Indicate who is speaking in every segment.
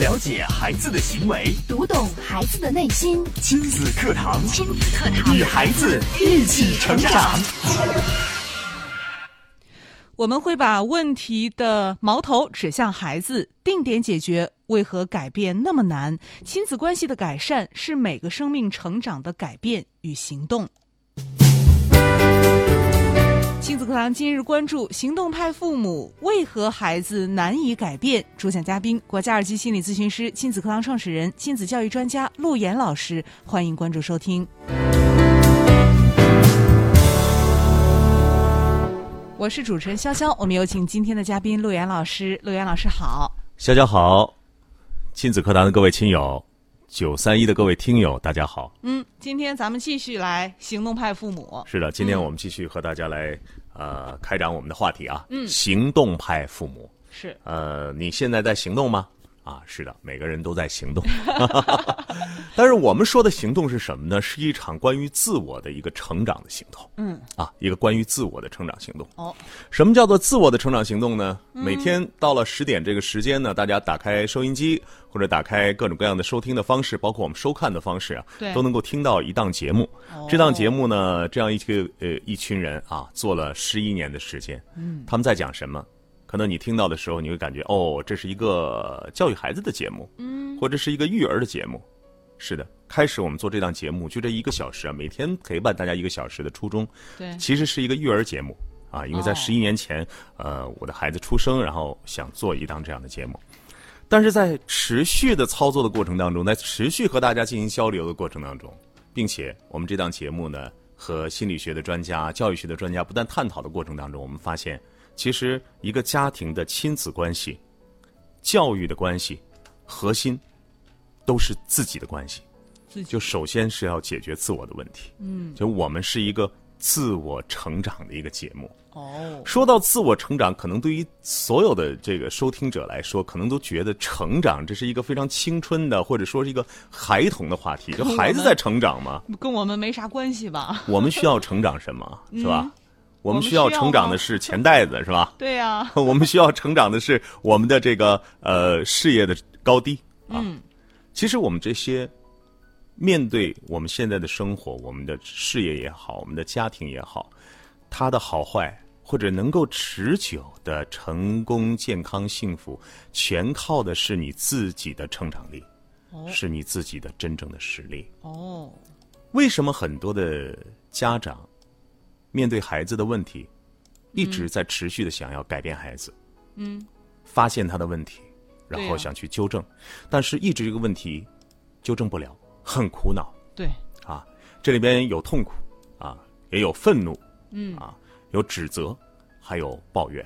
Speaker 1: 了解孩子的行为，
Speaker 2: 读懂孩子的内心，
Speaker 1: 亲子课堂，
Speaker 2: 亲子课堂
Speaker 1: 与孩子一起成长。
Speaker 3: 我们会把问题的矛头指向孩子，定点解决为何改变那么难？亲子关系的改善是每个生命成长的改变与行动。亲子课堂今日关注：行动派父母为何孩子难以改变？主讲嘉宾：国家二级心理咨询师、亲子课堂创始人、亲子教育专家陆岩老师。欢迎关注收听。我是主持人潇潇，我们有请今天的嘉宾陆岩老师。陆岩老师好。
Speaker 4: 大家好，亲子课堂的各位亲友，九三一的各位听友，大家好。
Speaker 3: 嗯，今天咱们继续来行动派父母。
Speaker 4: 是的，今天我们继续和大家来、呃开展我们的话题啊，嗯，行动派父母。
Speaker 3: 是，
Speaker 4: 呃，你现在在行动吗？啊，是的，每个人都在行动。但是我们说的行动是什么呢？是一场关于自我的一个成长的行动。
Speaker 3: 嗯，
Speaker 4: 啊，一个关于自我的成长行动。
Speaker 3: 哦，
Speaker 4: 什么叫做自我的成长行动呢？每天到了十点这个时间呢，大家打开收音机或者打开各种各样的收听的方式，包括我们收看的方式啊
Speaker 3: 对，
Speaker 4: 都能够听到一档节目。
Speaker 3: 哦
Speaker 4: 这档节目呢，这样一个呃一群人啊，做了十一年的时间，嗯，他们在讲什么？可能你听到的时候，你会感觉哦，这是一个教育孩子的节目，嗯，或者是一个育儿的节目。是的，开始我们做这档节目，就这一个小时啊，每天陪伴大家一个小时的初衷，
Speaker 3: 对，
Speaker 4: 其实是一个育儿节目啊，因为在
Speaker 3: 哦
Speaker 4: 十一年前，呃，我的孩子出生，然后想做一档这样的节目，但是在持续的操作的过程当中，在持续和大家进行交流的过程当中，并且我们这档节目呢，和心理学的专家、教育学的专家不断探讨的过程当中，我们发现，其实一个家庭的亲子关系、教育的关系，核心都是自己的关系。
Speaker 3: 自己
Speaker 4: 就首先是要解决自我的问题。嗯，就我们是一个自我成长的一个节目。
Speaker 3: 哦，
Speaker 4: 说到自我成长，可能对于所有的这个收听者来说，可能都觉得成长这是一个非常青春的，或者说是一个孩童的话题。就
Speaker 3: 我们
Speaker 4: 孩子在成长嘛，
Speaker 3: 跟我们没啥关系吧？
Speaker 4: 我们需要成长什么，是吧？我
Speaker 3: 嗯
Speaker 4: 们
Speaker 3: 们
Speaker 4: 需要
Speaker 3: 需要
Speaker 4: 成长
Speaker 3: 吗
Speaker 4: 的是钱袋子，是吧？
Speaker 3: 对啊呀、
Speaker 4: 我们需要成长的是我们的这个呃事业的高低啊。其实我们这些面对我们现在的生活，我们的事业也好，我们的家庭也好，它的好坏或者能够持久的成功、健康、幸福，全靠的是你自己的成长力，
Speaker 3: 哦
Speaker 4: 是你自己的真正的实力。
Speaker 3: 哦，
Speaker 4: 为什么很多的家长面对孩子的问题，一直在持续的想要改变孩子？嗯，啊发现他的问题，然
Speaker 3: 对呀
Speaker 4: 后想去纠正，但是一直这个问题纠正不了，很苦恼
Speaker 3: 对，
Speaker 4: 啊。这里边有痛苦啊，也有愤怒，嗯啊，有指责，还有抱怨。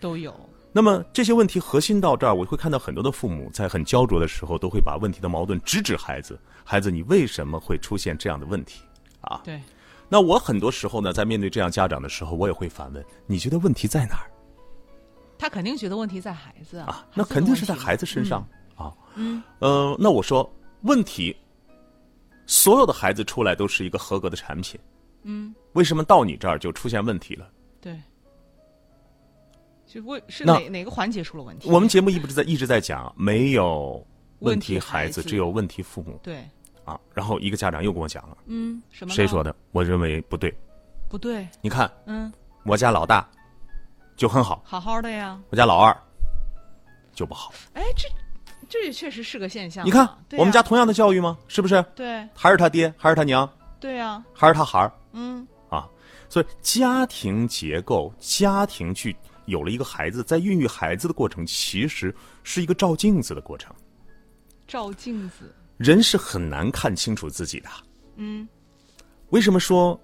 Speaker 3: 都有。
Speaker 4: 那么这些问题核心到这儿，我会看到很多的父母在很焦灼的时候，都会把问题的矛盾直指孩子：孩子，你为什么会出现这样的问题？啊
Speaker 3: 对，
Speaker 4: 那我很多时候呢，在面对这样家长的时候，我也会反问：你觉得问题在哪儿
Speaker 3: 他肯定觉得问题在孩子
Speaker 4: 啊？那肯定是在孩子身上、啊。
Speaker 3: 嗯，
Speaker 4: 呃，那我说问题，所有的孩子出来都是一个合格的产品，
Speaker 3: 嗯，
Speaker 4: 为什么到你这儿就出现问题了？
Speaker 3: 对，就问是
Speaker 4: 那
Speaker 3: 哪哪个环节出了问题？
Speaker 4: 我们节目一直在一直在讲，没有问
Speaker 3: 问题
Speaker 4: 题
Speaker 3: 孩
Speaker 4: 孩
Speaker 3: 子
Speaker 4: 子，只有问题父母
Speaker 3: 对，
Speaker 4: 啊。然后一个家长又跟我讲了，
Speaker 3: 嗯，什么呢？
Speaker 4: 谁说的？我认为不对。
Speaker 3: 不对？
Speaker 4: 你看
Speaker 3: 嗯，
Speaker 4: 我家老大就很好，
Speaker 3: 好好的呀。
Speaker 4: 我家老二就不好。
Speaker 3: 哎，这这也确实是个现象啊。
Speaker 4: 你看，
Speaker 3: 对呀
Speaker 4: 我们家同样的教育吗？是不是？
Speaker 3: 对
Speaker 4: 还是他爹，还是他娘，
Speaker 3: 对啊呀，
Speaker 4: 还是他孩儿
Speaker 3: 嗯，
Speaker 4: 啊？所以家庭结构、家庭去有了一个孩子，在孕育孩子的过程，其实是一个照镜子的过程。
Speaker 3: 照镜子，
Speaker 4: 人是很难看清楚自己的。
Speaker 3: 嗯，
Speaker 4: 为什么说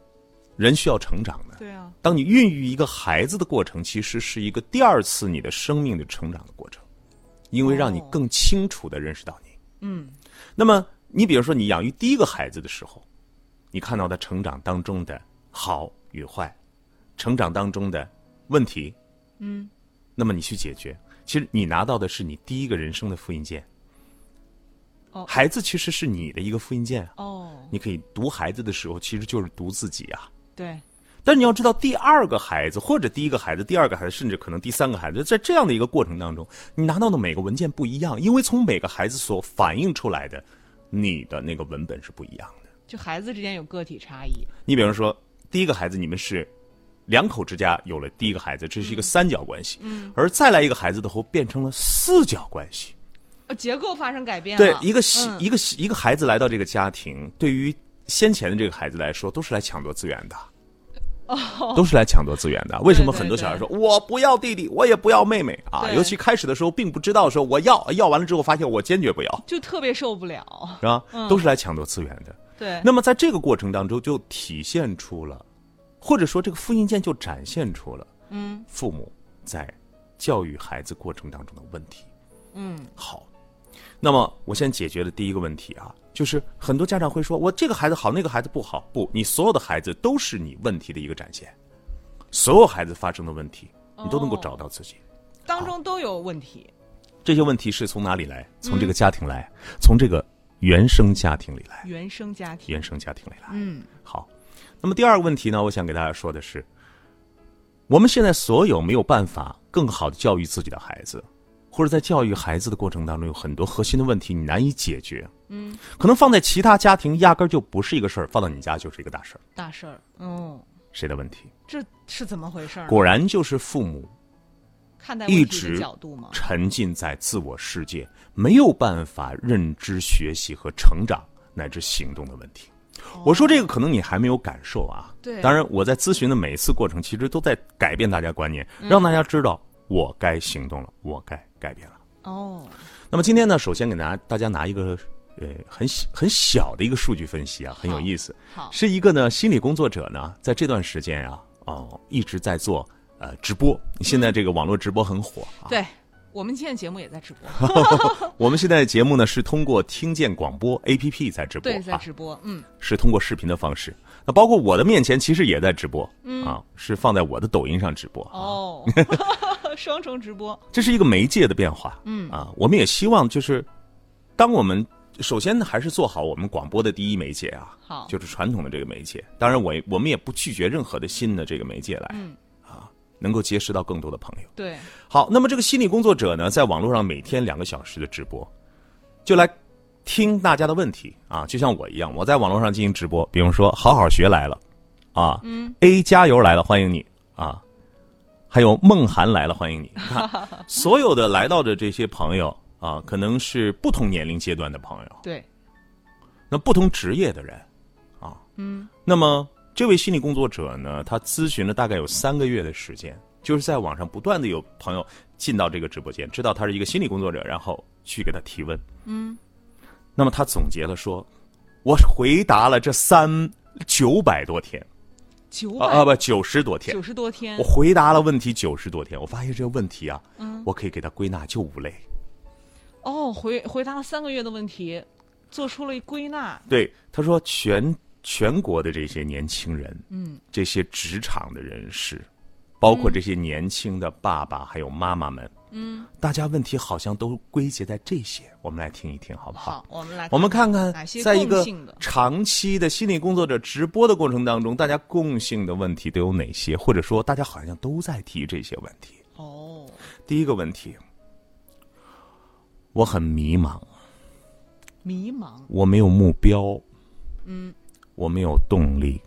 Speaker 4: 人需要成长呢？
Speaker 3: 对啊，
Speaker 4: 当你孕育一个孩子的过程，其实是一个第二次你的生命的成长的过程，因为让你
Speaker 3: 哦
Speaker 4: 更清楚的认识到你。
Speaker 3: 嗯，
Speaker 4: 那么你比如说你养育第一个孩子的时候，你看到他成长当中的好与坏，成长当中的问题，嗯，那么你去解决，其实你拿到的是你第一个人生的复印件。
Speaker 3: 哦
Speaker 4: 孩子其实是你的一个复印件啊，
Speaker 3: 哦，
Speaker 4: 你可以读孩子的时候，其实就是读自己啊。
Speaker 3: 对，
Speaker 4: 但是你要知道，第二个孩子或者第一个孩子、第二个孩子，甚至可能第三个孩子，在这样的一个过程当中，你拿到的每个文件不一样，因为从每个孩子所反映出来的，你的那个文本是不一样的。
Speaker 3: 就孩子之间有个体差异，
Speaker 4: 你比方说，第一个孩子你们是两口之家有了第一个孩子，这是一个三角关系，嗯，而再来一个孩子的后变成了四角关系，
Speaker 3: 呃结构发生改变
Speaker 4: 对
Speaker 3: 了。
Speaker 4: 一个西
Speaker 3: 嗯
Speaker 4: 一个西一个孩子来到这个家庭，对于先前的这个孩子来说，都是来抢夺资源的。都是来抢夺资源的。为什么
Speaker 3: 对
Speaker 4: 很多
Speaker 3: 哦对
Speaker 4: 小孩说我不要弟弟，我也不要妹妹啊？
Speaker 3: 对
Speaker 4: 尤其开始的时候，并不知道说我要，要完了之后发现我坚决不要，
Speaker 3: 就特别受不了。
Speaker 4: 是吧？都是来抢夺资源的。
Speaker 3: 对，
Speaker 4: 那么在这个过程当中，就体现出了，或者说这个复印件就展现出了，嗯，父母在教育孩子过程当中的问题。嗯，好，那么我先解决了第一个问题啊，就是很多家长会说，我这个孩子好，那个孩子不好。不，你所有的孩子都是你问题的一个展现，所有孩子发生的问题，你都能够
Speaker 3: 哦
Speaker 4: 找到自己。
Speaker 3: 当中都有问题。
Speaker 4: 这些问题是从哪里来？从这个家庭来，从这个原生家庭里来。
Speaker 3: 原生家庭，
Speaker 4: 原生家庭里来。嗯，好。那么第二个问题呢，我想给大家说的是，我们现在所有没有办法更好的教育自己的孩子，或者在教育孩子的过程当中，有很多核心的问题你难以解决。嗯，可能放在其他家庭压根儿就不是一个事儿，放到你家就是一个大事儿。
Speaker 3: 大事儿。嗯，
Speaker 4: 谁的问题？
Speaker 3: 这是怎么回事儿？
Speaker 4: 果然就是父母
Speaker 3: 看待
Speaker 4: 一
Speaker 3: 问题
Speaker 4: 直
Speaker 3: 的角度吗？
Speaker 4: 沉浸在自我世界，没有办法认知、学习和成长，乃至行动的问题。我说这个可能你还没有感受啊。
Speaker 3: 对
Speaker 4: 当然我在咨询的每一次过程，其实都在改变大家观念，
Speaker 3: 嗯
Speaker 4: 让大家知道我该行动了，我该改变了。
Speaker 3: 哦，
Speaker 4: 那么今天呢，首先给大家大家拿一个呃很小很小的一个数据分析啊，很有意思。
Speaker 3: 好
Speaker 4: 是一个呢心理工作者呢，在这段时间啊，哦一直在做呃直播。现在这个网络直播很火啊，
Speaker 3: 对，我们现在节目也在 直播，
Speaker 4: 我们现在的节目呢是通过听见广播 APP 在直播，
Speaker 3: 对，在
Speaker 4: 啊
Speaker 3: 直播。嗯，
Speaker 4: 是通过视频的方式。那包括我的面前其实也在直播，啊，是放在我的抖音上直播。啊，
Speaker 3: 嗯 哦，双重直播。
Speaker 4: 这是一个媒介的变化。嗯啊，我们也希望就是，当我们首先呢还是做好我们广播的第一媒介啊，
Speaker 3: 好
Speaker 4: 就是传统的这个媒介。当然我，也我们也不拒绝任何的新的这个媒介来，嗯、啊，能够结识到更多的朋友。
Speaker 3: 对，
Speaker 4: 好，那么这个心理工作者呢，在网络上每天两个小时的直播，就来听大家的问题啊，就像我一样，我在网络上进行直播，比如说好好学来了啊，嗯，A 加油来了，欢迎你啊，还有梦涵来了，欢迎你。你看，所有的来到的这些朋友啊，可能是不同年龄阶段的朋友，
Speaker 3: 对，
Speaker 4: 那不同职业的人啊，嗯，那么这位心理工作者呢，他咨询了大概有三个月的时间，就是在网上不断的有朋友进到这个直播间，知道他是一个心理工作者，然后去给他提问，嗯，那么他总结了说，我回答了这三九百多天
Speaker 3: 九
Speaker 4: 啊啊
Speaker 3: 百
Speaker 4: 不九十多天
Speaker 3: 九，十多天
Speaker 4: 我。回答了问题九十多天，我发现这个问题啊，我可以给他归纳就五类，
Speaker 3: 哦，回回答了三个月的问题，做出了归纳。
Speaker 4: 对，他说全全国的这些年轻人，嗯，这些职场的人士，包
Speaker 3: 嗯
Speaker 4: 括这些年轻的爸爸还有妈妈们，嗯，大家问题好像都归结在这些，我们来听一听好不
Speaker 3: 好，我们来，
Speaker 4: 我们看看
Speaker 3: 哪些，
Speaker 4: 在一
Speaker 3: 共
Speaker 4: 个
Speaker 3: 性的
Speaker 4: 长期的心理工作者直播的过程当中，大家共性的问题都有哪些？或者说，大家好像都在提这些问题。
Speaker 3: 哦，
Speaker 4: 第一个问题，我很迷茫，
Speaker 3: 迷茫。
Speaker 4: 我没有目标，嗯，我没有动力，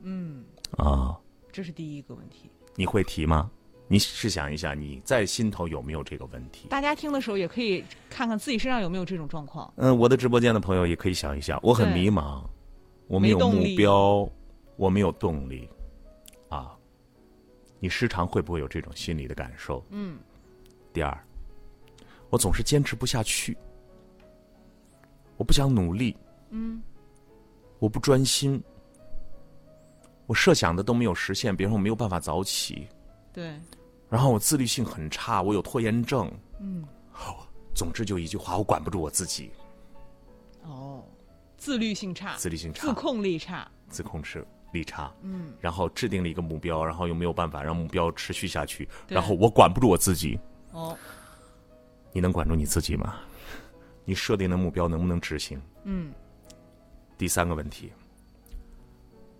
Speaker 4: 嗯，啊，
Speaker 3: 这是第一个问题。
Speaker 4: 你会提吗？你试想一下，你在心头有没有这个问题？
Speaker 3: 大家听的时候也可以看看自己身上有没有这种状况。
Speaker 4: 嗯，我的直播间的朋友也可以想一想，我很
Speaker 3: 对
Speaker 4: 迷茫，我没有
Speaker 3: 没动
Speaker 4: 目
Speaker 3: 力
Speaker 4: 标，我没有动力，啊，你时常会不会有这种心理的感受？嗯。第二，我总是坚持不下去，我不想努力，嗯，我不专心，我设想的都没有实现，比如说我没有办法早起，
Speaker 3: 对，
Speaker 4: 然后我自律性很差，我有拖延症，嗯，总之就一句话，我管不住我自己。
Speaker 3: 哦，自律性差，
Speaker 4: 自律性差
Speaker 3: 自控力差。
Speaker 4: 自控是力差，嗯，然后制定了一个目标，然后又没有办法让目标持续下去，
Speaker 3: 对
Speaker 4: 然后我管不住我自己，
Speaker 3: 哦，
Speaker 4: 你能管住你自己吗？你设定的目标能不能执行？嗯。第三个问题，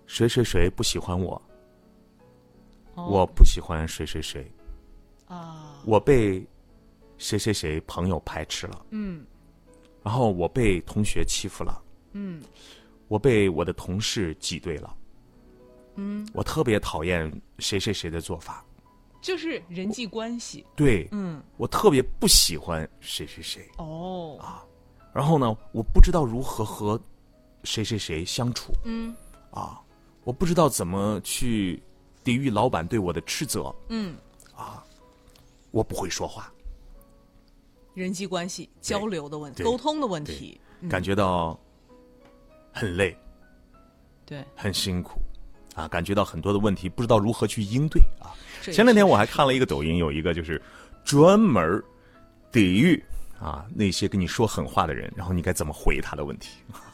Speaker 4: 谁谁谁不喜欢我，
Speaker 3: 哦
Speaker 4: 我不喜欢谁谁谁，
Speaker 3: 啊，
Speaker 4: 我被谁谁谁朋友排斥了，
Speaker 3: 嗯
Speaker 4: 然后我被同学欺负了，
Speaker 3: 嗯
Speaker 4: 我被我的同事挤兑了，嗯，我特别讨厌谁谁谁的做法，
Speaker 3: 就是人际关系，
Speaker 4: 对，
Speaker 3: 嗯，
Speaker 4: 我特别不喜欢谁谁谁，
Speaker 3: 哦，
Speaker 4: 啊然后呢，我不知道如何和谁谁谁相处，
Speaker 3: 嗯
Speaker 4: 啊，我不知道怎么去抵御老板对我的斥责，啊
Speaker 3: 嗯，
Speaker 4: 我不会说话，
Speaker 3: 人际关系交流的问题，
Speaker 4: 对
Speaker 3: 沟通的问题，嗯
Speaker 4: 感觉到很累，
Speaker 3: 对，
Speaker 4: 很辛苦，啊，感觉到很多的问题不知道如何去应对啊。
Speaker 3: 这也
Speaker 4: 前两天
Speaker 3: 是
Speaker 4: 我还看了一个抖音，有一个就是专门儿抵御啊那些跟你说狠话的人，然后你该怎么回他的问题，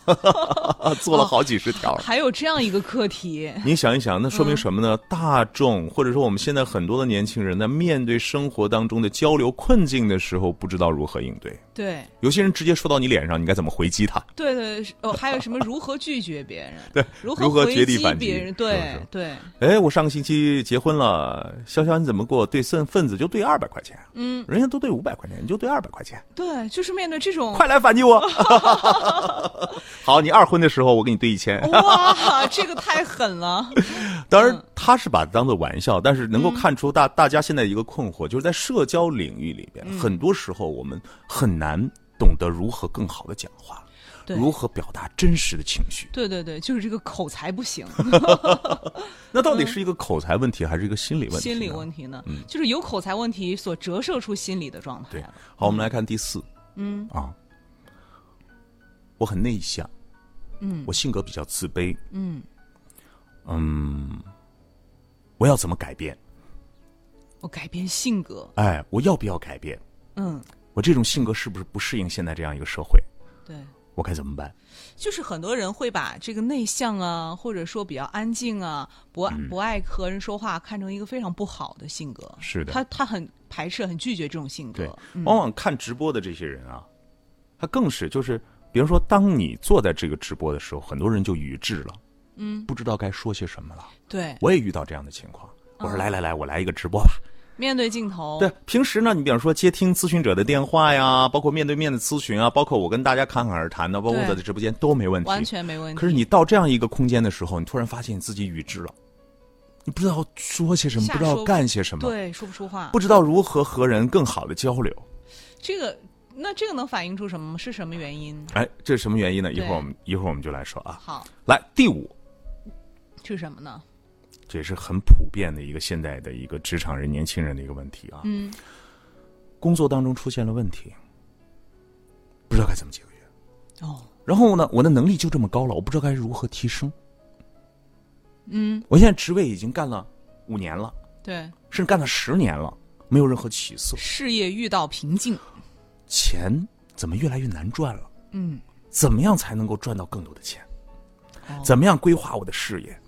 Speaker 4: 做了好几十条。
Speaker 3: 还有这样一个课题，
Speaker 4: 你想一想，那说明什么呢？大众或者说我们现在很多的年轻人在面对生活当中的交流困境的时候，不知道如何应对。
Speaker 3: 对
Speaker 4: 有些人直接说到你脸上，你该怎么回击他？
Speaker 3: 对对，是哦，还有什么如何拒绝别人，
Speaker 4: 对
Speaker 3: 如
Speaker 4: 如何
Speaker 3: 回
Speaker 4: 绝地
Speaker 3: 击
Speaker 4: 反击
Speaker 3: 别人，
Speaker 4: 是不
Speaker 3: 对
Speaker 4: 是
Speaker 3: 对，
Speaker 4: 哎，我上个星期结婚了，潇潇你怎么给我对剩份子就对二百块钱？嗯，人家都对五百块钱，你就对二百块钱，
Speaker 3: 对，就是面对这种
Speaker 4: 快来反击我！ 好，你二婚的时候我给你对一 千。
Speaker 3: 哇，
Speaker 4: 啊
Speaker 3: 这个太狠了，
Speaker 4: 当然，他是把它当做玩笑，但是能够看出大、大家现在一个困惑，就是在社交领域里边，很多时候我们很难懂得如何更好的讲话，
Speaker 3: 对
Speaker 4: 如何表达真实的情绪。
Speaker 3: 对对对，就是这个口才 不行，
Speaker 4: 那到底是一个口才问题，还是一个心理问题？
Speaker 3: 心理问
Speaker 4: 题。
Speaker 3: 题呢，就是有口才问题所折射出心理的状态啊
Speaker 4: 对
Speaker 3: 了，，
Speaker 4: 好，我们来看第四。嗯啊，我很内向。嗯，我性格比较自卑。嗯嗯，我要怎么改变？
Speaker 3: 我改变性格，
Speaker 4: 哎，我要不要改变？
Speaker 3: 嗯，
Speaker 4: 我这种性格是不是不适应现在这样一个社会？
Speaker 3: 对。
Speaker 4: 我该怎么办？
Speaker 3: 就是很多人会把这个内向啊，或者说比较安静啊，不爱
Speaker 4: 嗯
Speaker 3: 不爱和人说话，看成一个非常不好的性格。
Speaker 4: 是的哦
Speaker 3: 他他很排斥、很拒绝这种性格。嗯
Speaker 4: 往往看直播的这些人啊，他更是就是，比如说，当你坐在这个直播的时候，很多人就语滞了，嗯，不知道该说些什么了。
Speaker 3: 对，
Speaker 4: 我也遇到这样的情况，
Speaker 3: 哦
Speaker 4: 我说来来来，我来一个直播吧。
Speaker 3: 面对镜头，
Speaker 4: 对，平时呢，你比方说接听咨询者的电话呀，包括面对面的咨询啊，包括我跟大家侃侃而谈的，包括
Speaker 3: 对
Speaker 4: 我在直播间都没问题，
Speaker 3: 完全没问题。
Speaker 4: 可是你到这样一个空间的时候，你突然发现你自己语滞了，你不知道说些什么，
Speaker 3: 瞎
Speaker 4: 不知道
Speaker 3: 说
Speaker 4: 干些什么，
Speaker 3: 对说不出话，
Speaker 4: 不知道如何和人更好的交流。
Speaker 3: 这个那这个能反映出什么吗？是什么原因？
Speaker 4: 哎，这是什么原因呢？一会儿
Speaker 3: 对
Speaker 4: 我们一会儿我们就来说啊。
Speaker 3: 好，
Speaker 4: 来，第五，
Speaker 3: 是什么呢？
Speaker 4: 这也是很普遍的一个现代的一个职场人、年轻人的一个问题啊。
Speaker 3: 嗯，
Speaker 4: 工作当中出现了问题，不知道该怎么解决。
Speaker 3: 哦，
Speaker 4: 然后呢，我的能力就这么高了，我不知道该如何提升。嗯，我现在职位已经干了五年了，
Speaker 3: 对，
Speaker 4: 甚至干了十年了，没有任何起色，
Speaker 3: 事业遇到瓶颈，
Speaker 4: 钱怎么越来越难赚了？
Speaker 3: 嗯，
Speaker 4: 怎么样才能够赚到更多的钱？
Speaker 3: 哦
Speaker 4: 怎么样规划我的事 业？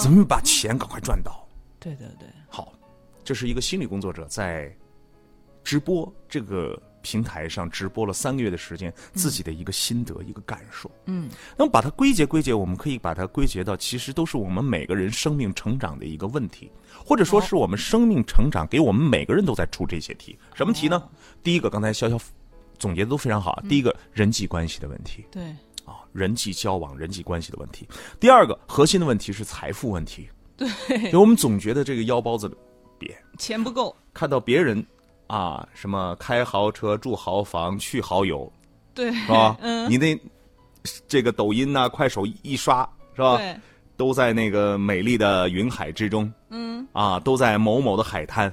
Speaker 4: 怎么把钱赶快赚到？
Speaker 3: 对对对，
Speaker 4: 好，这是一个心理工作者在直播这个平台上直播了三个月的时间，自己的一个心得、一个感受。
Speaker 3: 嗯，
Speaker 4: 那么把它归结归结，我们可以把它归结到，其实都是我们每个人生命成长的一个问题，或者说是我们生命成长给我们每个人都在出这些题。什么题呢？
Speaker 3: 哦
Speaker 4: 第一个，刚才潇潇总结的都非常好
Speaker 3: 嗯
Speaker 4: 啊。第一个，人际关系的问题
Speaker 3: 对，
Speaker 4: 啊，人际交往、人际关系的问题。第二个核心的问题是财富问题。对，就我们总觉得这个腰包子瘪，
Speaker 3: 钱不够，
Speaker 4: 看到别人啊，什么开豪车、住豪房、去豪游，
Speaker 3: 对，
Speaker 4: 是吧？
Speaker 3: 嗯，
Speaker 4: 你那这个抖音呐、快手一刷，是吧？
Speaker 3: 对，
Speaker 4: 都在那个美丽的云海之中，嗯，啊，都在某某的海滩。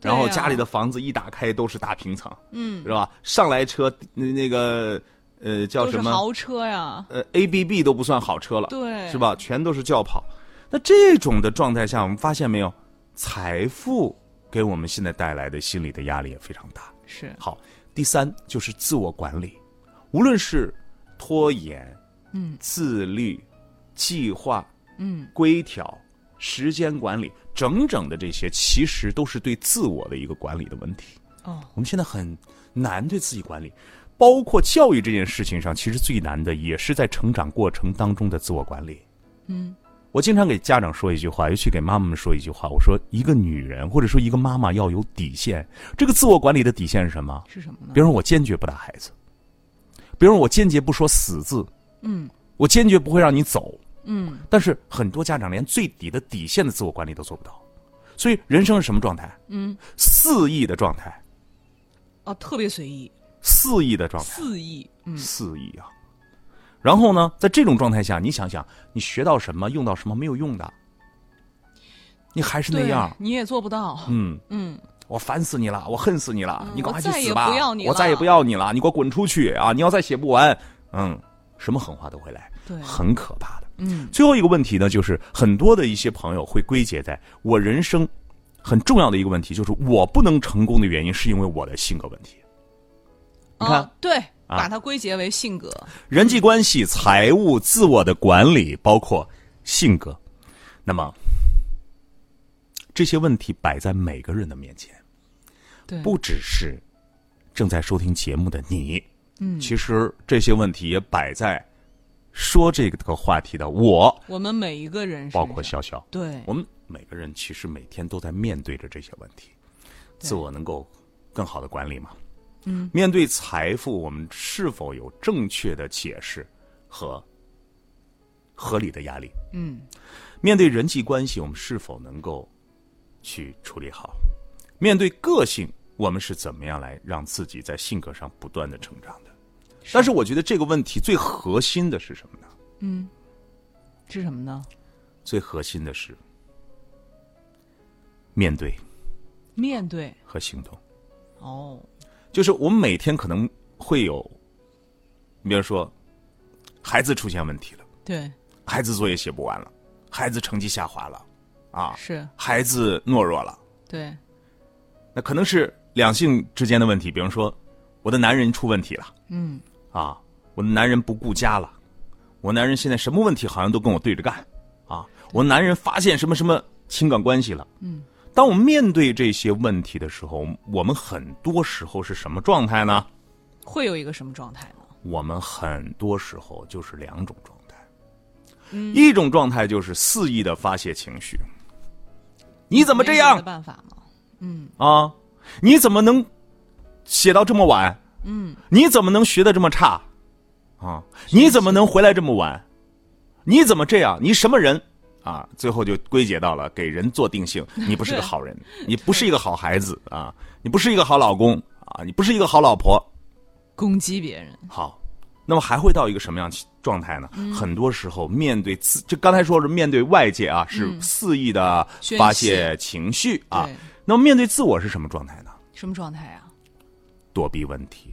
Speaker 3: 对啊
Speaker 4: 然后家里的房子一打开都是大平层，嗯，是吧？上来车那那个呃叫
Speaker 3: 都是
Speaker 4: 什么
Speaker 3: 豪车呀，
Speaker 4: 呃 A B B 都不算好车了，
Speaker 3: 对
Speaker 4: 是吧？全都是轿跑。那这种的状态下，我们发现没有，财富给我们现在带来的心理的压力也非常大。
Speaker 3: 是，
Speaker 4: 好，第三就是自我管理，无论是拖延、嗯、自律、计划、
Speaker 3: 嗯，
Speaker 4: 规条、时间管理，整整的这些，其实都是对自我的一个管理的问题。
Speaker 3: 哦，
Speaker 4: 我们现在很难对自己管理，包括教育这件事情上，其实最难的也是在成长过程当中的自我管理。嗯，我经常给家长说一句话，尤其给妈妈们说一句话，我说一个女人或者说一个妈妈要有底线。这个自我管理的底线是什么？
Speaker 3: 是什么呢
Speaker 4: 比？如说我坚决不打孩子，比如说我坚决不说死字，
Speaker 3: 嗯
Speaker 4: 我坚决不会让你走。
Speaker 3: 嗯，
Speaker 4: 但是很多家长连最底的底线的自我管理都做不到，所以人生是什么状态？
Speaker 3: 嗯，
Speaker 4: 肆意的状态，
Speaker 3: 哦，特别随意，
Speaker 4: 肆意的状态。
Speaker 3: 肆意，嗯
Speaker 4: 肆意啊。然后呢，在这种状态下，你想想，你学到什么，用到什么，没有用的，你还是那
Speaker 3: 对
Speaker 4: 样。
Speaker 3: 你也做不到，
Speaker 4: 嗯，
Speaker 3: 嗯，
Speaker 4: 我烦死你了，我恨死你了，
Speaker 3: 嗯
Speaker 4: 你赶快去
Speaker 3: 我再也
Speaker 4: 死吧！
Speaker 3: 不要你了
Speaker 4: 我再也不要你了，你给我滚出去啊！你要再写不完，嗯，什么狠话都会来，
Speaker 3: 对，
Speaker 4: 很可怕的。
Speaker 3: 嗯
Speaker 4: 最后一个问题呢，就是很多的一些朋友会归结在我人生很重要的一个问题，就是我不能成功的原因是因为我的性格问题。你看
Speaker 3: 啊，对，把它归结为性格，
Speaker 4: 人际关系、财务、自我的管理，包括性格。那么，这些问题摆在每个人的面前，
Speaker 3: 对，
Speaker 4: 不只是正在收听节目的你，
Speaker 3: 嗯
Speaker 4: 其实这些问题也摆在说这个话题的我，
Speaker 3: 我们每一个人身
Speaker 4: 包括
Speaker 3: 上
Speaker 4: 小小。
Speaker 3: 对
Speaker 4: 我们每个人其实每天都在面对着这些问题，
Speaker 3: 对
Speaker 4: 自我能够更好的管理吗？
Speaker 3: 嗯，
Speaker 4: 面对财富，我们是否有正确的解释和合理的压力？
Speaker 3: 嗯
Speaker 4: 面对人际关系，我们是否能够去处理好？面对个性，我们是怎么样来让自己在性格上不断的成长的？但是我觉得这个问题最核心的是什么呢？
Speaker 3: 嗯，是什么呢？
Speaker 4: 最核心的是面对
Speaker 3: 面对
Speaker 4: 和行动。
Speaker 3: 哦，
Speaker 4: 就是我们每天可能会有，你比如说，孩子出现问题了，
Speaker 3: 对，
Speaker 4: 孩子作业写不完了，孩子成绩下滑了，啊，
Speaker 3: 是
Speaker 4: 孩子懦弱了，
Speaker 3: 对，
Speaker 4: 那可能是两性之间的问题，比方说，我的男人出问题了
Speaker 3: 嗯
Speaker 4: 啊，我的男人不顾家了，我男人现在什么问题好像都跟我对着干啊，我男人发现什么什么情感关系了，
Speaker 3: 嗯，
Speaker 4: 当我们面对这些问题的时候，我们很多时候是什么状态呢？
Speaker 3: 会有一个什么状态呢？
Speaker 4: 我们很多时候就是两种状态，
Speaker 3: 嗯
Speaker 4: 一种状态就是肆意的发泄情绪，你怎么这
Speaker 3: 没别的
Speaker 4: 样
Speaker 3: 办法吗？
Speaker 4: 啊？你怎么能写到这么晚？
Speaker 3: 嗯，
Speaker 4: 你怎么能学的这么差？啊，你怎么能回来这么晚？你怎么这样？你什么人？啊，最后就归结到了给人做定性，你不是个好 人，你不是一个好孩子啊，你不是一个好老公啊，你不是一个好老婆，
Speaker 3: 攻击别人，
Speaker 4: 好，那么还会到一个什么样其状态呢？
Speaker 3: 嗯
Speaker 4: 很多时候面对自，这刚才说是面对外界啊，是肆意的
Speaker 3: 嗯宣
Speaker 4: 发
Speaker 3: 泄
Speaker 4: 泄情绪啊
Speaker 3: 对。
Speaker 4: 那么面对自我是什么状态呢？
Speaker 3: 什么状态啊？
Speaker 4: 躲避问题，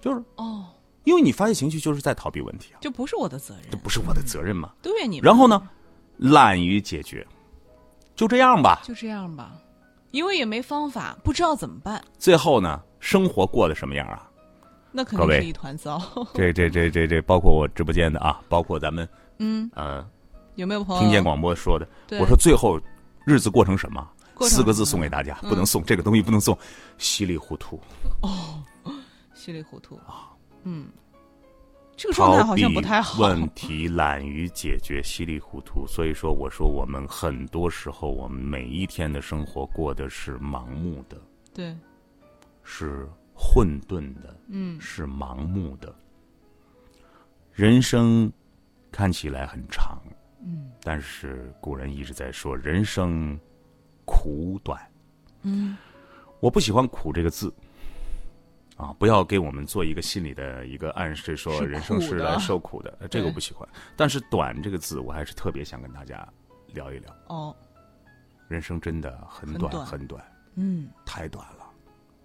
Speaker 4: 就是
Speaker 3: 哦，
Speaker 4: 因为你发泄情绪就是在逃避问题啊，
Speaker 3: 这不是我的责
Speaker 4: 这
Speaker 3: 任，
Speaker 4: 不是我的责任嘛。
Speaker 3: 对你们。
Speaker 4: 然后呢，懒于解决，就这样吧。
Speaker 3: 就这样吧，因为也没方法，不知道怎么办，
Speaker 4: 最后呢，生活过得什么样啊？
Speaker 3: 那肯
Speaker 4: 各
Speaker 3: 定
Speaker 4: 位
Speaker 3: 是一团糟。
Speaker 4: 这这这这这，包括我直播间的啊，包括咱们
Speaker 3: 嗯，
Speaker 4: 呃
Speaker 3: 有没有朋友
Speaker 4: 听见广播说的，
Speaker 3: 哦对
Speaker 4: 我说最后日子过成什么？
Speaker 3: 过成嗯
Speaker 4: 四个
Speaker 3: 什
Speaker 4: 字
Speaker 3: 么
Speaker 4: 送给大家，不能送这个东西，不能送，稀里糊涂，
Speaker 3: 稀里糊涂啊？嗯，这个状态好像不太好。
Speaker 4: 问题懒于解决，稀里糊涂。所以说，我说我们很多时候，我们每一天的生活过的是盲目的，
Speaker 3: 对，
Speaker 4: 是混沌的，
Speaker 3: 嗯，
Speaker 4: 是盲目的。人生看起来很长，嗯，但是古人一直在说人生苦短，嗯，我不喜欢“苦”这个字。啊，不要给我们做一个心理的一个暗示，说
Speaker 3: 是
Speaker 4: 人生是
Speaker 3: 苦的
Speaker 4: 来受苦的，呃这个
Speaker 3: 对
Speaker 4: 我不喜欢。但是“短”这个字，我还是特别想跟大家聊一聊。
Speaker 3: 哦，
Speaker 4: 人生真的很
Speaker 3: 很
Speaker 4: 短，
Speaker 3: 短
Speaker 4: 很短
Speaker 3: 嗯，
Speaker 4: 太短了。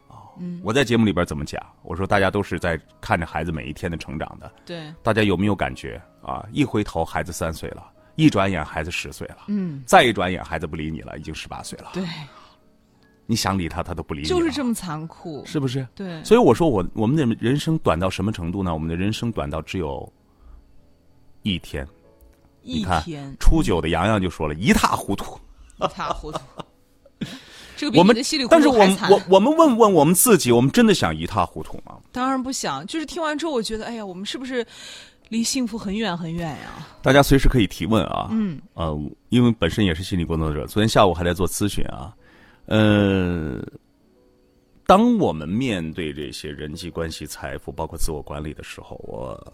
Speaker 4: 哦
Speaker 3: 嗯
Speaker 4: 我在节目里边怎么讲？我说大家都是在看着孩子每一天的成长的，
Speaker 3: 对，
Speaker 4: 大家有没有感觉啊？一回头孩子三岁了，一转眼孩子十岁了，
Speaker 3: 嗯，
Speaker 4: 再一转眼孩子不理你了，已经十八岁了。
Speaker 3: 对，
Speaker 4: 你想理他，他都不理你了，
Speaker 3: 就是这么残酷。
Speaker 4: 是不是？
Speaker 3: 对，
Speaker 4: 所以我说我我们的人生短到什么程度呢？我们的人生短到只有一天。
Speaker 3: 一
Speaker 4: 你看
Speaker 3: 天，
Speaker 4: 初九的洋洋就说了一塌糊涂。
Speaker 3: 一塌 糊涂。这个比
Speaker 4: 我
Speaker 3: 你
Speaker 4: 们
Speaker 3: 的稀里，糊
Speaker 4: 但是
Speaker 3: 涂
Speaker 4: 我
Speaker 3: 还
Speaker 4: 们
Speaker 3: 惨。
Speaker 4: 我我们问问我们自己，我们真的想一塌糊涂吗？
Speaker 3: 当然不想，就是听完之后，我觉得，哎呀，我们是不是离幸福很远很远呀。
Speaker 4: 大家随时可以提问啊。
Speaker 3: 嗯，
Speaker 4: 呃，因为本身也是心理工作者，昨天下午还在做咨询啊。呃，当我们面对这些人际关系、财富，包括自我管理的时候，我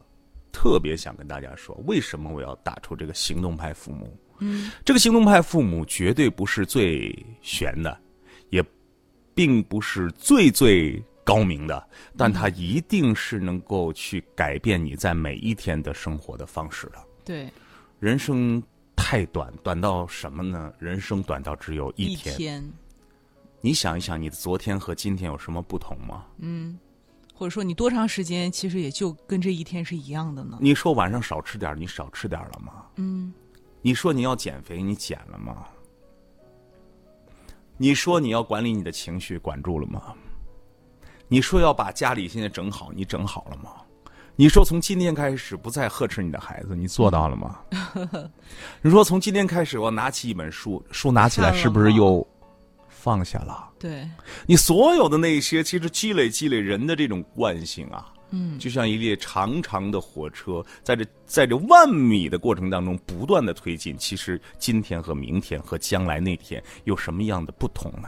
Speaker 4: 特别想跟大家说，为什么我要打出这个行动派父母？嗯，这个行动派父母绝对不是最玄的，也并不是最最高明的，但它一定是能够去改变你在每一天的生活的方式的。
Speaker 3: 对，
Speaker 4: 人生太短，短到什么呢？人生短到只有一
Speaker 3: 一
Speaker 4: 天。
Speaker 3: 天，
Speaker 4: 你想一想，你的昨天和今天有什么不同吗？
Speaker 3: 或者说你多长时间，其实也就跟这一天是一样的呢。
Speaker 4: 你说晚上少吃点儿，你少吃点儿了吗？嗯。你说你要减肥，你减了吗？你说你要管理你的情绪，管住了吗？你说要把家里现在整好，你整好了吗？你说从今天开始不再呵斥你的孩子，你做到了 吗？你说从今天开始我拿起一本书，书拿起来
Speaker 3: 看了
Speaker 4: 是不是
Speaker 3: 吗
Speaker 4: 又放下了？
Speaker 3: 对，
Speaker 4: 你所有的那些，其实积累积累人的这种惯性啊，嗯，就像一列长长的火车，在这在这万米的过程当中不断的推进。其实今天和明天和将来那天有什么样的不同呢？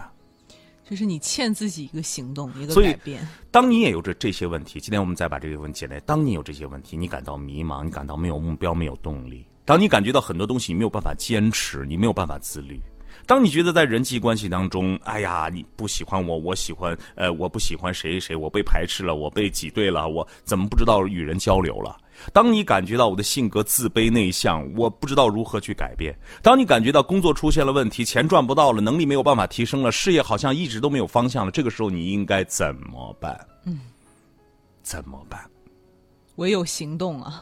Speaker 3: 就是你欠自己一个行动，一个
Speaker 4: 所以
Speaker 3: 改变。
Speaker 4: 当你也有着这些问题，今天我们再把这些问题简单。当你有这些问题，你感到迷茫，你感到没有目标、没有动力；当你感觉到很多东西你没有办法坚持，你没有办法自律；当你觉得在人际关系当中，哎呀，你不喜欢我，我喜欢，呃，我不喜欢谁谁谁，我被排斥了，我被挤兑了，我怎么不知道与人交流了？当你感觉到我的性格自卑内向，我不知道如何去改变；当你感觉到工作出现了问题，钱赚不到了，能力没有办法提升了，事业好像一直都没有方向了，这个时候你应该怎么办？嗯，怎么办？
Speaker 3: 唯有行动啊，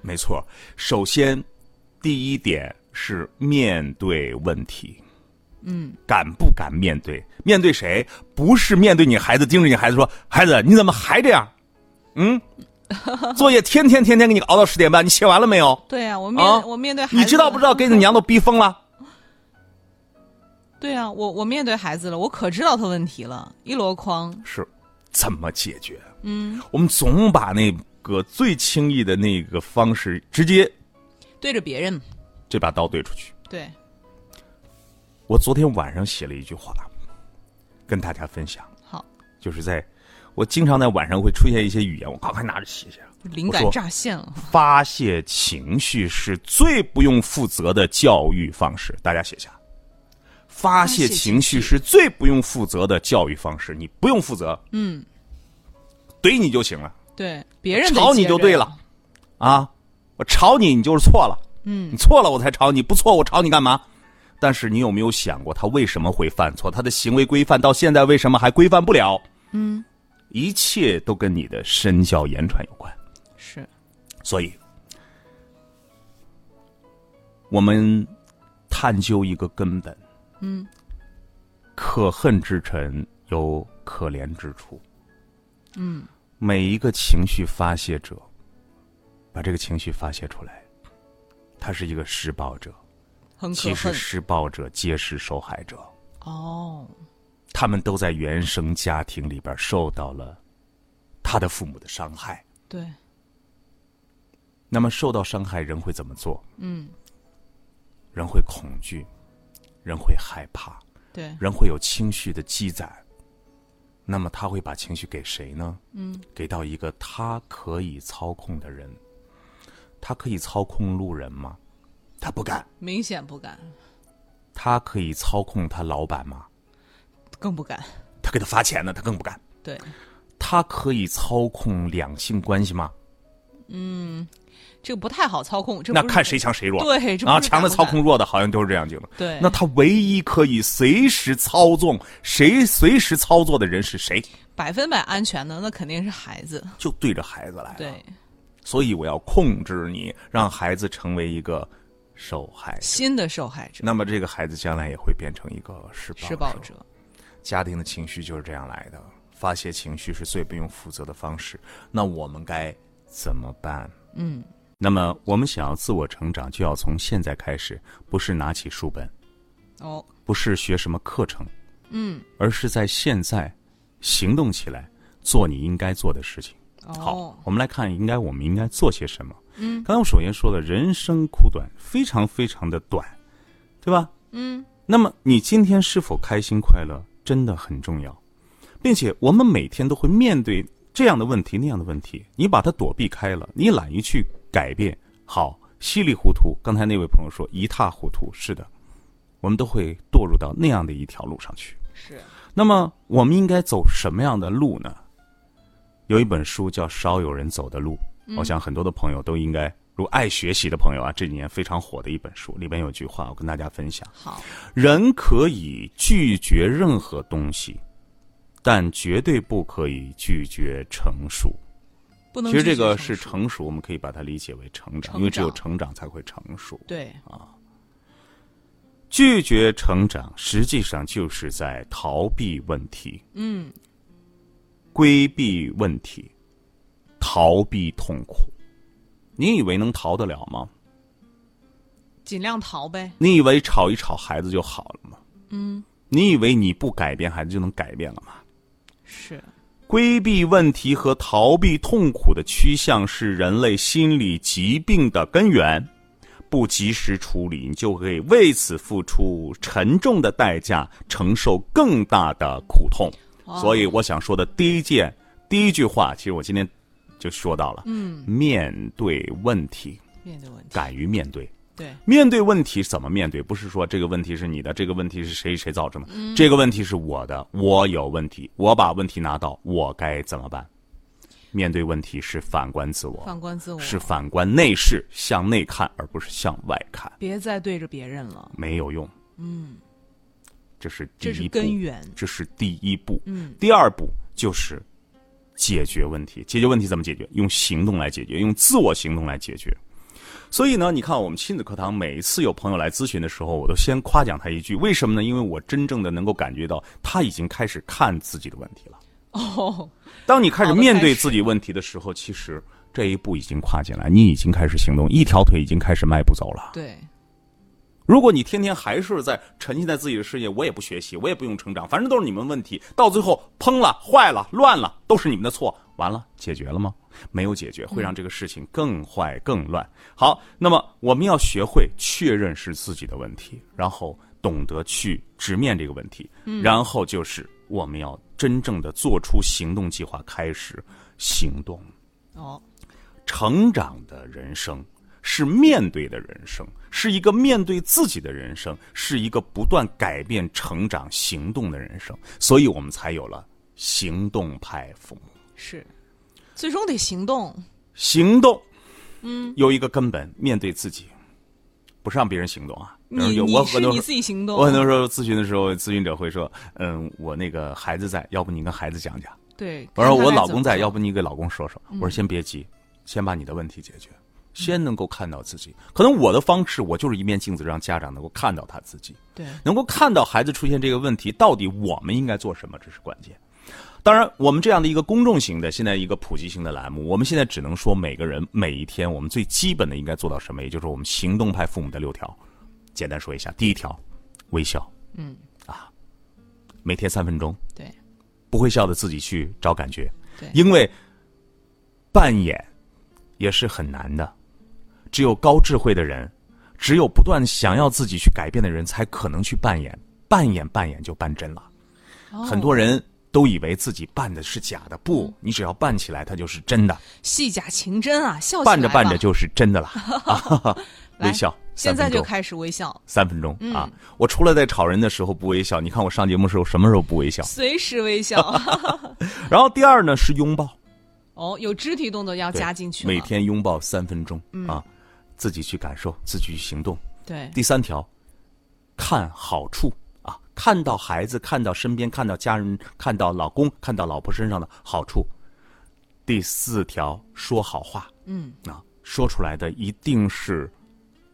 Speaker 4: 没错，首先第一点是面对问题。嗯，敢不敢面对？面对谁？不是面对你孩子，盯着你孩子说：“孩子，你怎么还这样？ 嗯，作业天天天天给你熬到十点半，你写完了没有？
Speaker 3: 对啊，我面、
Speaker 4: 啊，
Speaker 3: 我面对孩子，
Speaker 4: 你知道不知道？给你娘都逼疯了。
Speaker 3: 对啊，我我面对孩子了，我可知道他问题了，一箩筐。
Speaker 4: 是，怎么解决？嗯，我们总把那个最轻易的那个方式，直接
Speaker 3: 对着别人，
Speaker 4: 这把刀对出去。
Speaker 3: 对，
Speaker 4: 我昨天晚上写了一句话，跟大家分享，
Speaker 3: 好，
Speaker 4: 就是在我经常在晚上会出现一些语言，我赶快拿着写一下。
Speaker 3: 灵
Speaker 4: 我
Speaker 3: 感
Speaker 4: 说
Speaker 3: 乍现了，
Speaker 4: 发泄情绪是最不用负责的教育方式，大家写下。发泄情绪是最不用负责的教育方式，你不用负责，嗯，怼你就行了。
Speaker 3: 对，别人得
Speaker 4: 吵你
Speaker 3: 接
Speaker 4: 就
Speaker 3: 着
Speaker 4: 对了，啊，我吵你，你就是错了，嗯，你错了我才吵你，不错我吵你干嘛？但是你有没有想过他为什么会犯错？他的行为规范到现在为什么还规范不了？嗯，一切都跟你的身教言传有关。
Speaker 3: 是
Speaker 4: 所以，我们探究一个根本，嗯，可恨之臣有可怜之处，嗯，每一个情绪发泄者，把这个情绪发泄出来，他是一个施暴者，
Speaker 3: 很
Speaker 4: 其
Speaker 3: 可
Speaker 4: 实
Speaker 3: 恨
Speaker 4: 施暴者皆是受害者，
Speaker 3: 哦，
Speaker 4: 他们都在原生家庭里边受到了他的父母的伤害，
Speaker 3: 对，
Speaker 4: 那么受到伤害，人会怎么做？嗯，人会恐惧，人会害怕，
Speaker 3: 对，
Speaker 4: 人会有情绪的积攒。那么他会把情绪给谁呢？嗯，给到一个他可以操控的人。他可以操控路人吗？他不敢。
Speaker 3: 明显不敢，
Speaker 4: 他可以操控他老板吗？
Speaker 3: 更不敢，
Speaker 4: 他给他发钱呢，他更不敢。
Speaker 3: 对，
Speaker 4: 他可以操控两性关系吗？
Speaker 3: 这个不太好操控，这
Speaker 4: 那
Speaker 3: 不是
Speaker 4: 看谁强谁弱。
Speaker 3: 对，这不
Speaker 4: 啊，
Speaker 3: 是
Speaker 4: 强的
Speaker 3: 敢不
Speaker 4: 操
Speaker 3: 敢
Speaker 4: 控弱的，好像都是这样子的。
Speaker 3: 对
Speaker 4: 那他唯一可以随时操纵、谁随时操作的人是谁？
Speaker 3: 百分百安全的，那肯定是孩子，
Speaker 4: 就对着孩子来了。，
Speaker 3: 对，
Speaker 4: 所以我要控制你，让孩子成为一个受害者。
Speaker 3: 新的受害者，
Speaker 4: 那么这个孩子将来也会变成一个施暴
Speaker 3: 施暴者，
Speaker 4: 家庭的情绪就是这样来的，发泄情绪是最不用负责的方式。那我们该怎么办？嗯，那么我们想要自我成长，就要从现在开始，不是拿起书本，
Speaker 3: 哦，
Speaker 4: 不是学什么课程，嗯，而是在现在行动起来，做你应该做的事情。好
Speaker 3: 哦，，
Speaker 4: 我们来看应该我们应该做些什么。
Speaker 3: 嗯
Speaker 4: 刚才我首先说了，人生苦短，非常非常的短，对吧？
Speaker 3: 嗯
Speaker 4: 那么你今天是否开心快乐，真的很重要，并且我们每天都会面对这样的问题那样的问题，你把它躲避开了，你懒于去改变，好稀里糊涂。刚才那位朋友说一塌糊涂，是的，我们都会堕入到那样的一条路上去。
Speaker 3: 是，
Speaker 4: 那么我们应该走什么样的路呢？有一本书叫《少有人走的路》，
Speaker 3: 嗯
Speaker 4: 我想很多的朋友都应该，如果爱学习的朋友啊，这几年非常火的一本书，里边有句话我跟大家分享：
Speaker 3: 好，
Speaker 4: 人可以拒绝任何东西，但绝对不可以拒绝成熟。
Speaker 3: 不能
Speaker 4: 其实这
Speaker 3: 拒绝
Speaker 4: 个
Speaker 3: 成
Speaker 4: 是
Speaker 3: 熟
Speaker 4: 成熟，我们可以把它理解为成长，
Speaker 3: 成
Speaker 4: 因为只有
Speaker 3: 长
Speaker 4: 成长才会成熟。
Speaker 3: 对，
Speaker 4: 拒绝成长，实际上就是在逃避问题。
Speaker 3: 嗯，
Speaker 4: 规避问题，逃避痛苦。你以为能逃得了吗？
Speaker 3: 尽量逃呗，
Speaker 4: 你以为吵一吵孩子就好了吗？嗯。你以为你不改变孩子就能改变了吗？
Speaker 3: 是
Speaker 4: 规避问题和逃避痛苦的趋向是人类心理疾病的根源。不及时处理，你就会为此付出沉重的代价，承受更大的苦痛。
Speaker 3: 哦
Speaker 4: 所以我想说的第一件、第一句话，其实我今天就说到了。嗯，面对问题，
Speaker 3: 面对问题，
Speaker 4: 敢于面对。
Speaker 3: 对，
Speaker 4: 面对问题怎么面对？不是说这个问题是你的，这个问题是谁谁造成的，
Speaker 3: 嗯
Speaker 4: 这个问题是我的，我有问题，我把问题拿到，我该怎么办？面对问题是反观自我，
Speaker 3: 放观自我，
Speaker 4: 是反观内视，向内看，而不是向外看，
Speaker 3: 别再对着别人了，
Speaker 4: 没有用。嗯，这是第
Speaker 3: 这
Speaker 4: 一
Speaker 3: 是
Speaker 4: 步
Speaker 3: 根源，
Speaker 4: 这是第一步。
Speaker 3: 嗯，
Speaker 4: 第二步就是解决问题。解决问题怎么解决？用行动来解决，用自我行动来解决。所以呢，你看我们亲子课堂每一次有朋友来咨询的时候，我都先夸奖他一句，为什么呢？因为我真正的能够感觉到他已经开始看自己的问题了。
Speaker 3: 哦，
Speaker 4: 当你开始
Speaker 3: 好的
Speaker 4: 面
Speaker 3: 开
Speaker 4: 对
Speaker 3: 始
Speaker 4: 自己问题的时候，其实这一步已经跨进来，你已经开始行动，一条腿已经开始迈步走了。
Speaker 3: 对，
Speaker 4: 如果你天天还是在沉浸在自己的世界，我也不学习，我也不用成长，反正都是你们问题，到最后砰了、坏了、乱了，都是你们的错。完了，解决了吗？没有解决，会让这个事情更坏、更乱。好，那么我们要学会确认是自己的问题，然后懂得去直面这个问题，然后就是我们要真正的做出行动计划，开始行动。
Speaker 3: 哦，
Speaker 4: 成长的人生，是面对的人生，是一个面对自己的人生，是一个不断改变、成长、行动的人生，所以我们才有了行动派父母。
Speaker 3: 是，最终得行动，
Speaker 4: 行动，嗯，有一个根本，面对自己，不是让别人行动啊。然后
Speaker 3: 你
Speaker 4: 有
Speaker 3: 你
Speaker 4: 我
Speaker 3: 是
Speaker 4: 很多
Speaker 3: 你自己行动，
Speaker 4: 我很多时候咨询的时候，咨询者会说：“嗯，我那个孩子在，要不你跟孩子讲讲。”
Speaker 3: 对，
Speaker 4: 我说
Speaker 3: 看他
Speaker 4: 我
Speaker 3: 该
Speaker 4: 老
Speaker 3: 怎
Speaker 4: 公
Speaker 3: 么嗯
Speaker 4: 在，
Speaker 3: 做
Speaker 4: 要不你给老公说说。我说先别急，先把你的问题解决，先能够看到自己。可能我的方式，我就是一面镜子，让家长能够看到他自己，
Speaker 3: 对，
Speaker 4: 能够看到孩子出现这个问题，到底我们应该做什么，这是关键。当然，我们这样的一个公众型的，现在一个普及型的栏目，我们现在只能说每个人每一天，我们最基本的应该做到什么，也就是我们行动派父母的六条，简单说一下。第一条，微笑，
Speaker 3: 嗯，
Speaker 4: 啊，每天三分钟，
Speaker 3: 对，
Speaker 4: 不会笑的自己去找感觉，
Speaker 3: 对
Speaker 4: 因为扮演也是很难的，只有高智慧的人，只有不断想要自己去改变的人，才可能去扮演，扮演扮演就扮真了。
Speaker 3: 哦嗯
Speaker 4: 很多人都以为自己扮的是假的，不，你只要扮起来，它就是真 的，
Speaker 3: 戏假情真啊，笑起
Speaker 4: 扮着
Speaker 3: 来
Speaker 4: 扮
Speaker 3: 吧
Speaker 4: 着就是真 的了。啊哈哈
Speaker 3: 来
Speaker 4: 微笑，
Speaker 3: 现在
Speaker 4: 三分钟
Speaker 3: 就开嗯始微笑，
Speaker 4: 三分钟、啊！我除了在吵人的时候不微笑，你看我上节目的时候什么时候不微笑？
Speaker 3: 随时 微笑。
Speaker 4: 然后第二呢是拥抱，
Speaker 3: 哦，有肢体动作要
Speaker 4: 对
Speaker 3: 加进去了嗯
Speaker 4: 每天拥抱三分钟、啊，自己去感受，自己去行动。
Speaker 3: 对
Speaker 4: 第三条，看好处啊，看到孩子，看到身边，看到家人，看到老公，看到老婆身上的好处。第四条，说好话，
Speaker 3: 嗯
Speaker 4: 啊，说出来的一定是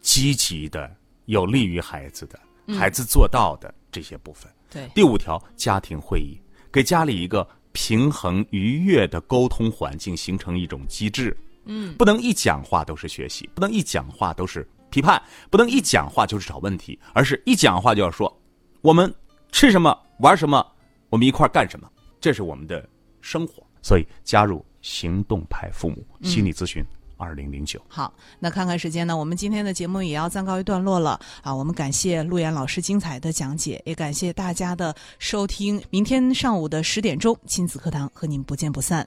Speaker 4: 积极的，有利于孩子的，
Speaker 3: 嗯
Speaker 4: 孩子做到的这些部分。
Speaker 3: 对，
Speaker 4: 第五条，家庭会议，给家里一个平衡愉悦的沟通环境，形成一种机制。嗯，不能一讲话都是学习，不能一讲话都是批判，不能一讲话就是找问题，而是一讲话就要说我们吃什么，玩什么，我们一块儿干什么，这是我们的生活。所以，加入行动派父母心理咨询。二零零九。
Speaker 3: 好，那看看时间呢，我们今天的节目也要暂告一段落了啊！我们感谢陆岩老师精彩的讲解，也感谢大家的收听。明天上午的十点钟，亲子课堂和您不见不散。